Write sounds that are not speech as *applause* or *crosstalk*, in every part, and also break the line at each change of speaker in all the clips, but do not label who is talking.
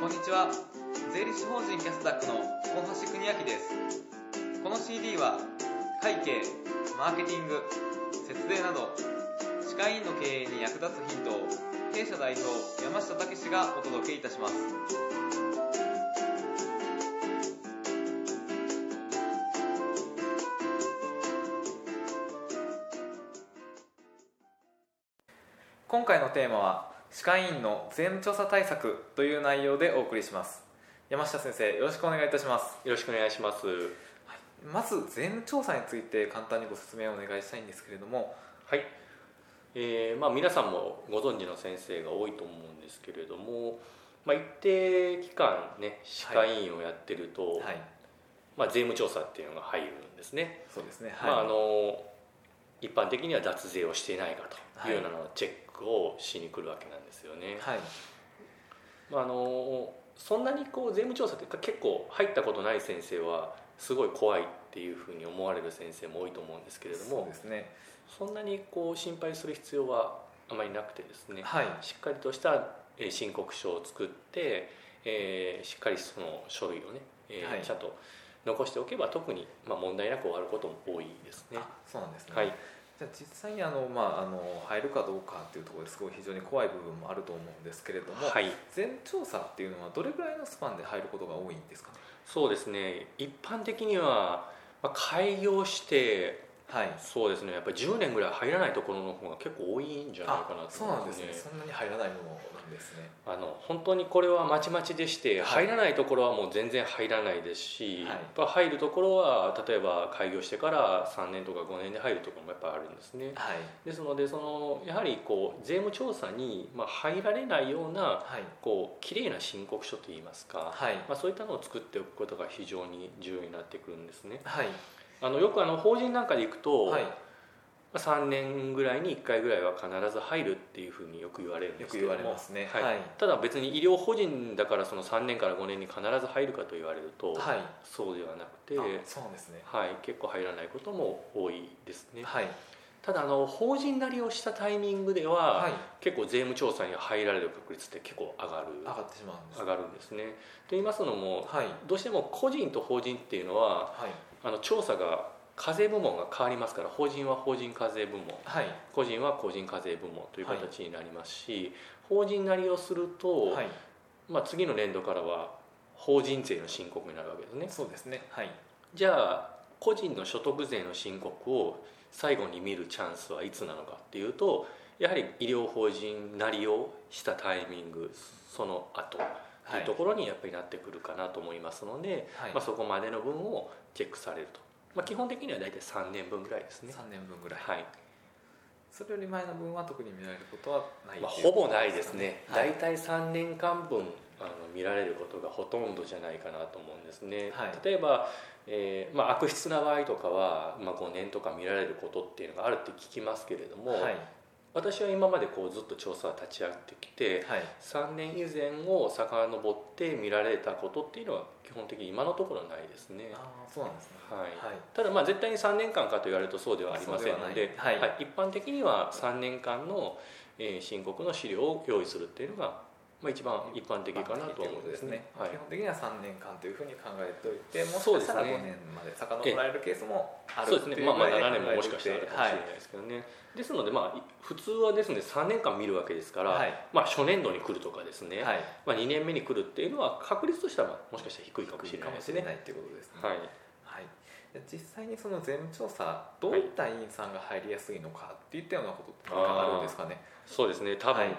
こんにちは税理士法人キャスタックの大橋邦明ですこの CD は会計マーケティング節税など歯科医院の経営に役立つヒントを弊社代表山下武史がお届けいたします今回のテーマは歯科医院の税務調査対策という内容でお送りします山下先生よろしくお願いいたします
よろしくお願いします。
まず税務調査について簡単にご説明をお願いしたいんですけれども
はい。えーまあ皆さんもご存知の先生が多いと思うんですけれども、まあ一定期間ね歯科医院をやってると、
はい
まあ税務調査っていうのが入るんですね。
そうですね
まああ
はい
の一般的には脱税をしていないかというような
は
のをチェックをしに来るわけなんですよね。
はい
まああのそんなにこう税務調査というか結構入ったことない先生はすごい怖いっていうふうに思われる先生も多いと思うんですけれど
そう
も
で。すね
そんなにこう心配する必要はあまりなくてですね、
はい
しっかりとしたえー申告書を作って、えーしっかりその書類をね、えー
はい
ちゃんと残しておけば特に、まあ、問題なく終わることも多いですね。
あそうなんですね、
はい、
じゃあ実際にあの、まあ、あの入るかどうかっていうところですごい非常に怖い部分もあると思うんですけれども、
はい、
税務調査っていうのはどれぐらいのスパンで入ることが多いんですかね
そうですね一般的には、まあ、開業して
はい
そうですねやっぱり10年ぐらい入らないところの方が結構多いんじゃないかな
あ
と
そう
思
なん
うん
で
ですす
ね
ね。
そんなに入らないものなんですね
あの本当にこれはまちまちでして、
はい
入らないところはもう全然入らないですし、
はい
やっぱ入るところは例えば開業してから3年とか5年で入るところもやっぱあるんですね
はい
ですのでそのやはりこう税務調査に、まあ、入られないような
はい
こう綺麗な申告書といいますか、
はい
まあ、そういったのを作っておくことが非常に重要になってくるんですね
はい
あのよくあの法人なんかで行くと、
はい
まあ3年ぐらいに1回ぐらいは必ず入るっていうふうによく言われるん
よ
です
く
け
言
れ
わ
ど
れ
も
ますねは
はいい
はい、
ただ別に医療法人だからその3年から5年に必ず入るかと言われると、
あ
そうではなくて、
そうなんですね
はい、結構入らないことも多いですね
はい
ただあの法人なりをしたタイミングでは、
はい
結構税務調査に入られる確率って結構上がる
上がってしまうんです
上がるんですねと言いますのも
はい
どうしても個人と法人っていうのは
はい
あの調査が課税部門が変わりますから法人は法人課税部門
はい
個人は個人課税部門という形になりますし、法人なりをすると、
はい
まあ、次の年度からは法人税の申告になるわけですね
そうですねはい
じゃあ個人の所得税の申告を最後に見るチャンスはいつなのかっていうとやはり医療法人なりをしたタイミングその後と
はいいう
ところにやっぱりなってくるかなと思いますので、
はい
まあ、そこまでの分をチェックされると、まあ、基本的には大体3年分ぐらいですね
3年分ぐらい
はい、
それより前の分は特に見られることはないっていう
まあ、ほぼないですね
はい
大体3年間分あの見られることがほとんどじゃないかなと思うんですね、
はい
例えば、えーまあ、悪質な場合とかは、まあ、5年とか見られることっていうのがあるって聞きますけれども、
はい
私は今までこうずっと調査を立ち会ってきて
はい
3年以前を遡って見られたことっていうのは基本的に今のところないですね
ああそうなんですね
はい
はい
ただまあ絶対に3年間かと言われるとそうではありません
そ
ので
うではないはい
一般的には3年間のえー申告の資料を用意するっていうのが、まあ、一番一般的かなとは思うんですね。
まあ
は
基
い
本的には3年間というふうに考えておいて、もし
そう
か
で
し
す
た
ね
ら5年まで遡られるケースもある
そう
って
です
いう
ね、
ぐ
まあ、まあ
らいで
7年ももしかしたらあるかもしれ
は
ないですけどね、ですので、まあ、い普通はですね3年間見るわけですから、
はい
まあ、初年度に来るとかです
い
ね、
はい
まあ、2年目に来るっていうのは確率としてはまあもしかしたら低いかもしれ
か
な
も
いで
し
す
れ
ね。
ないっていうことですね。
はい
はいで実際にその税務調査どういった委員さんが入りやすいのかっていったようなことって何かあるんですかね。
そうですね多分、
はい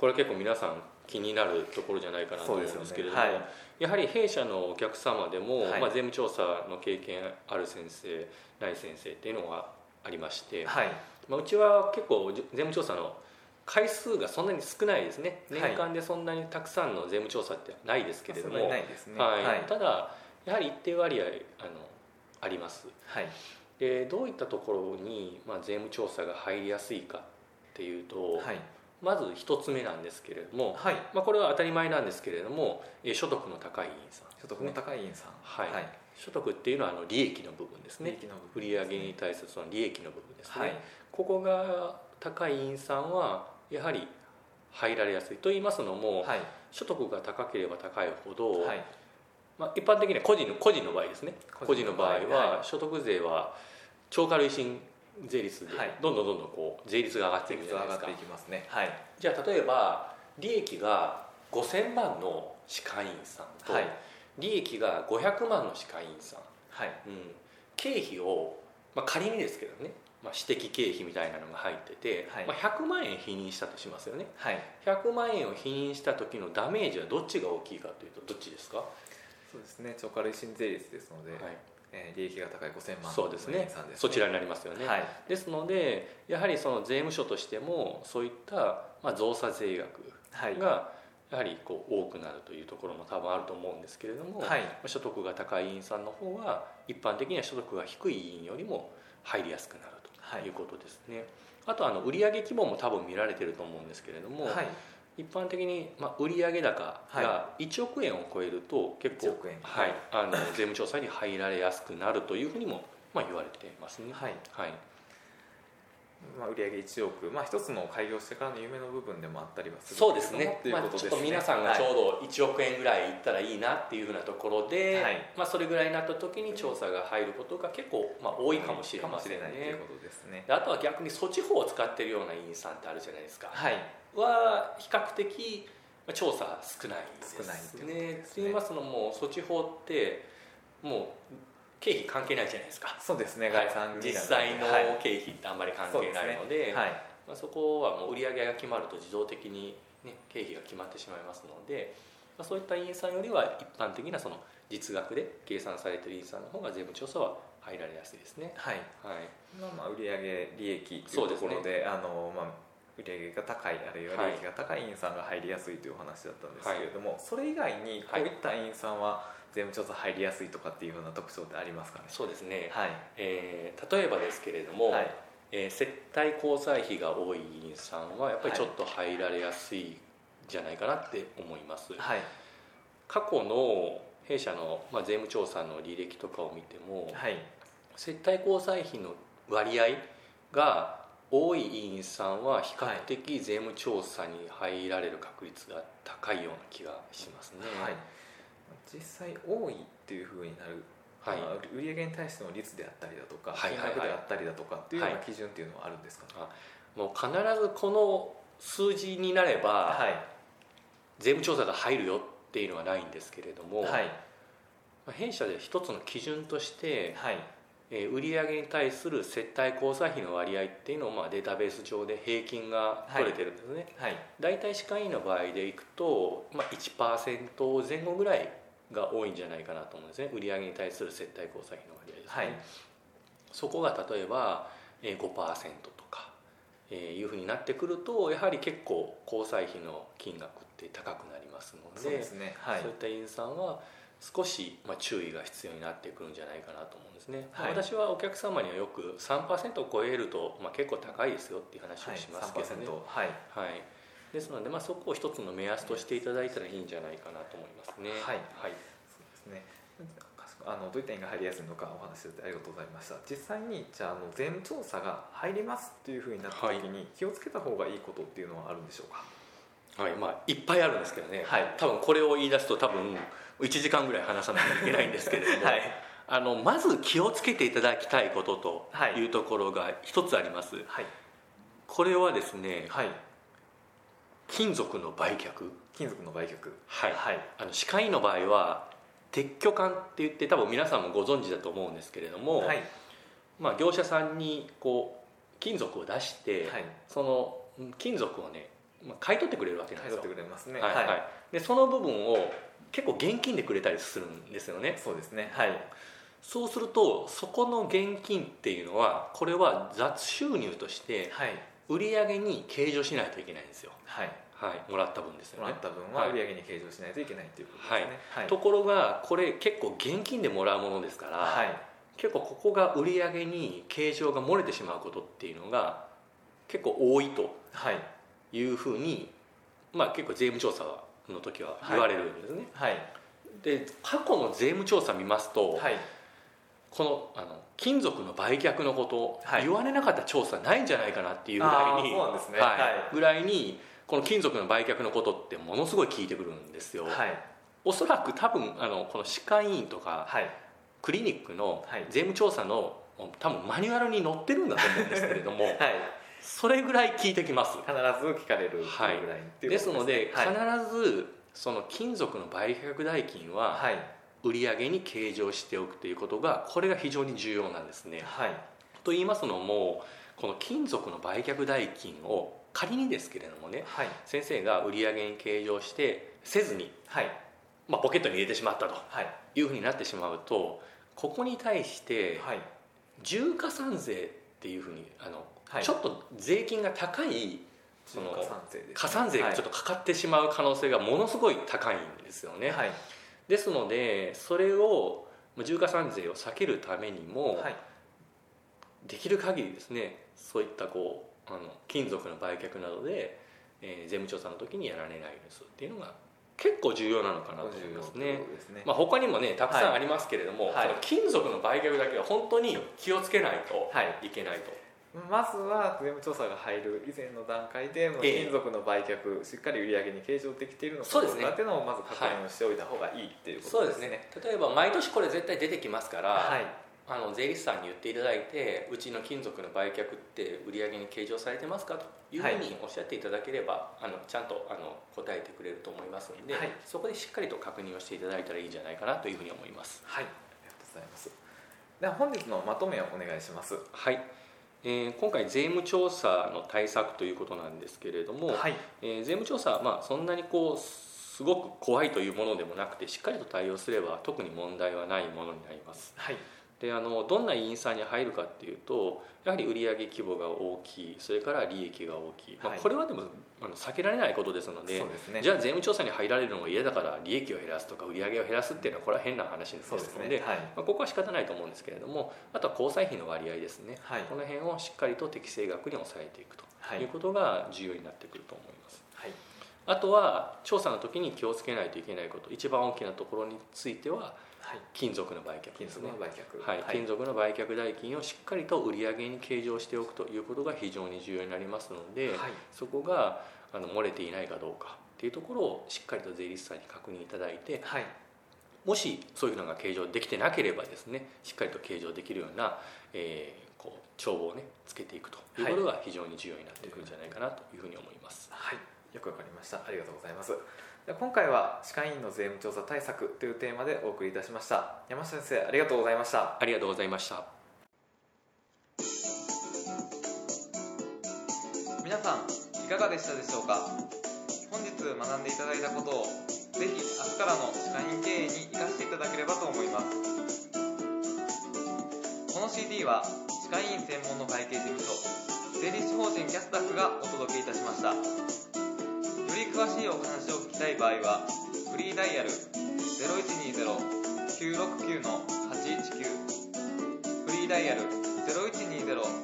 これは結構皆さん気になるところじゃないかなと思うんですけれども、
そうですよね
やはり弊社のお客様でも、
はい
まあ、税務調査の経験ある先生ない先生っていうのがありまして、
はい
まあ、うちは結構税務調査の回数がそんなに少ないですね
はい
年間でそんなにたくさんの税務調査ってないですけれども、
そんなにないですね。
はい
はい
ただやはり一定割合あのあります
はい
でどういったところに、まあ、税務調査が入りやすいかっていうと、
はい
まず一つ目なんですけれども、
はい。
まあ、これは当たり前なんですけれども、えー所得の高い委員さん
所得の高い委員さん。
はい
はい。
所得っていうのはあの利益の部分です
利
ね
益の部
売
分
上に対するその利益の部分ですね、
はい
ここが高い委員さんはやはり入られやすいと言いますのも、
はい
所得が高ければ高いほど、
はい
まあ、一般的には個人の個人の場合ですね個
個人の
人の
場
場
合
合
は
は所得税は超過累進税率で
はい
どんどんどんどんこう税率が上がっていく
率
じゃな
上
いで
が
す
っ
か
ていきますねはい
じゃあ例えば利益が5000万の歯科医院さんと、
はい
利益が500万の歯科医院さん、
はい
うん経費を、まあ、仮にですけどね、まあ、私的経費みたいなのが入ってて、
はい
まあ、100万円否認したとしますよね
はい
100万円を否認した時のダメージはどっちが大きいかというとどっちですか、
そうですね超過累進税率ですので、
はい
えー利益が高い5000万
そうですね
さんです
そちらになりますよね、
はい
ですのでやはりその税務署としてもそういった、まあ、増差税
はい
額がやはりこう多くなるというところも多分あると思うんですけれども、
はい
まあ所得が高い委員さんの方は一般的には所得が低い委員よりも入りやすくなる
は
と
い
いうことですね。あとあの売上規模も多分見られてると思うんですけれども、
はい
一般的にまあ売上高が1億円を超えると結構、
1億円
はい、あの税務調査に入られやすくなるというふうにもまあ言われていますね。
はい
はい
まあ、売上1億、まあ、一つの開業してからの夢の部分でもあったりはする
そうですね
という
ま
こ
あ、
とで
ち
す
ょ
ね
っと皆さんがちょ
は
うど1億円ぐらいいったらいいなっていうふうなところで、
はい
まあ、それぐらいになった時に調査が入ることが結構、まあ、
い
多いかもしれませんね
かもしれないということですね
であとは逆に措置法を使ってるような委員さんってあるじゃないですか
はい
は比較的まあ調査少ないですね
少ないっていうことですね
と言いますのも措置法ってもう経費関係ないじゃないですか、
そうですね
はい
概算に
実
なる
際の
はい
経費ってあんまり関係ないので
はい
まあ、そこはもう売上が決まると自動的に、ね、経費が決まってしまいますので、まあ、そういった委員さんよりは一般的なその実額で計算されている委員さんの方が税務調査は入られやすいですね。
はい
はい、
まあ、まあ売上利益とい
そうう
と
です
こ
ね
ろであの、まあ、売上が高いあるいは利益が高い委員さんが入りやすいというお話だったんですけれども、それ以外にこういった委員さんは税務調査入りやすいとかっていうような特徴ってありますかね
そうですね、
はい
えー例えばですけれども、
はい
えー接待交際費が多い委員さんはやっぱりちょっと入られやすいんじゃないかなって思います。
はい
過去の弊社の、まあ、税務調査の履歴とかを見ても、
はい
接待交際費の割合が多い委員さんは比較的税務調査に入られる確率が高いような気がしますね。
はい、実際多いっていうふうになる、
はい
まあ売上に対しての率であったりだとか
はい
金
はいはい
額であったりだとかっていうような基準っていうのはあるんですかね
もう必ずこの数字になれば
はい
税務調査が入るよっていうのはないんですけれども、
はい
まあ弊社で一つの基準として、
はい
えー売上に対する接待交際費の割合っていうのをまあデータベース上で平均が取れてるんですね。
はい
大体歯科医の場合でいくと、まあ、1%前後ぐらいが多いんじゃないかなと思うんですね売上に対する接待交際費の割合ですね、
はい
そこが例えばえー5%とか、えーいうふうになってくるとやはり結構交際費の金額って高くなりますの
そう
で
ですねはい
そういった委員さんは少しまあ注意が必要になってくるんじゃないかなと思うんですね、
はい
私はお客様にはよく3%を超えると、まあ、結構高いですよっていう話
は
を
い
しますけどね、
3%はい
はい、ですので、まあ、そこを一つの目安としていただいたらいいんじゃないかなと思いますね。
はい
はい、
そうですね。かしこあのどういった意味が入りやすいのかお話しいただいてありがとうございました実際にじゃああの税務調査が入りますっていうふうになった時に気をつけた方がいいことっていうのはあるんでしょうか
はいまあ、いっぱいあるんですけどね、
はい
多分これを言い出すと多分1時間ぐらい話さなきゃいけないんですけれども、
はい
あのまず気をつけていただきたいことと
はい
いうところが一つあります、
はい
これはですね
はい
金属の売却、
金属の売却
はい
はい
あの歯科医の場合は撤去管って言って多分皆さんもご存知だと思うんですけれども、
はい
まあ、業者さんにこう金属を出して、
はい
そのうん金属をね、まあ、買い取ってくれるわけなんで
頼
す
っ
よ
て、くれますね
はいはいでその部分を結構現金でくれたりするんですよね
そうですねはい
そうするとそこの現金っていうのはこれは雑収入として
はい
売上に計上しないといけないんですよ
はい
はいもらった分ですよ
もら
ね
った分は
はい
売上に計上しないといけないということですねはい
ところがこれ結構現金でもらうものですから、
はい
結構ここが売上に計上が漏れてしまうことっていうのが結構多いと
はい
いうふうに、まあ、結構税務調査の時は言われるんですね、
はい
で過去の税務調査見ますと、
はい
このあの金属の売却のこと、
はい
言われなかった調査ないんじゃないかなっていうぐらい
あー
に
そうなんですね
はい
は
ぐらいにこの金属の売却のことってものすごい聞いてくるんですよ、
はい
おそらく多分あのこの歯科医院とか
はい
クリニックの
はい
税務調査の多分マニュアルに載ってるんだと思うんですけれど
*laughs*
も
はい
それぐらい聞いてきます
必ず聞かれるっていうぐらいっていうこと
ですので、
はい
必ずその金属の売却代金は
はい
売上に計上しておくということがこれが非常に重要なんですね。
はい
と言いますのもこの金属の売却代金を仮にですけれどもね
はい
先生が売上に計上してせずに、
はい
まあ、ポケットに入れてしまったと
はい
いうふうになってしまうとここに対して
はい
重加算税っていうふうにあの、
はい
ちょっと税金が高いそ
重
の
加算税です
加算税がちょっとかかってしまう可能性がものすごい高いんですよね、
はい
ですのでそれをまあ重加算税を避けるためにも、
はい
できる限りですねそういったこうあの金属の売却などで、えー税務調査の時にやられないようにするっていうのが結構重要なのかなと思います
という
ね
こ。とですね
まあ、他にもねたくさ
は
ん
い
ありますけれども、
はい
その金属の売却だけは本当に気をつけないと
はい
いけないと、
まずは税務調査が入る以前の段階でもう
ええ
金属の売却しっかり売り上げに計上できているのか
そう
ど
で
う
すね
かっていうのをまず確認をしておいた方がいいっていうことですね。
例えば毎年これ絶対出てきますから、
はい
あの税理士さんに言っていただいてうちの金属の売却って売上に計上されてますかというふうにおっしゃっていただければ、あのちゃんとあの答えてくれると思いますので、
はい
そこでしっかりと確認をしていただいたらいいんじゃないかなというふうに思います
はいありがとうございます。では本日のまとめをお願いします。
はい、えー今回税務調査の対策ということなんですけれども、
はい
えー税務調査は、まあ、そんなにこうすごく怖いというものでもなくてしっかりと対応すれば特に問題はないものになります
はい
であのどんな委員さんに入るかっていうとやはり売上規模が大きいそれから利益が大きい、まあ
はい
これはでもあの避けられないことですので
そうですね。
じ
ゃ
ゃあ税務調査に入られるのが嫌だから利益を減らすとか売上を減らすっていうのはこれは変な話です
そう
ので
ですね。はい
まあ、ここは仕方ないと思うんですけれどもあとは交際費の割合ですね、
はい
この辺をしっかりと適正額に抑えていくと
はい
いうことが重要になってくると思います。
はい
あとは調査の時に気をつけないといけないこと一番大きなところについては
はい
金属の売却
金
です
属
ね
の売却
はい、金属の売却代金をしっかりと売上に計上しておくということが非常に重要になりますので、
はい
そこがあの漏れていないかどうかっていうところをしっかりと税理士さんに確認いただいて
はい
もしそういうのが計上できてなければですねしっかりと計上できるような、えーこう帳簿をねつけていくということが非常に重要になってくるんじゃないかなというふうに思います。
はい、よくわかりました。ありがとうございます。では今回は歯科医院の税務調査対策というテーマでお送りいたしました。山下先生、ありがとうございました。
ありがとうございました。
皆さんいかがでしたでしょうか本日学んでいただいたことをぜひ明日からの歯科医院経営に生かしていただければと思いますこの CD は歯科医院専門の会計事務所税理士法人キャスタッフがお届けいたしましたより詳しいお話を聞きたい場合はフリーダイヤル0120-969-819フリーダイヤル0120-969-819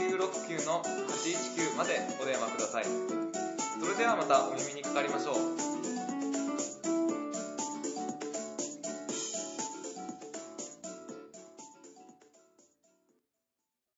969-819までお電話くださいそれではまたお耳にかかりましょう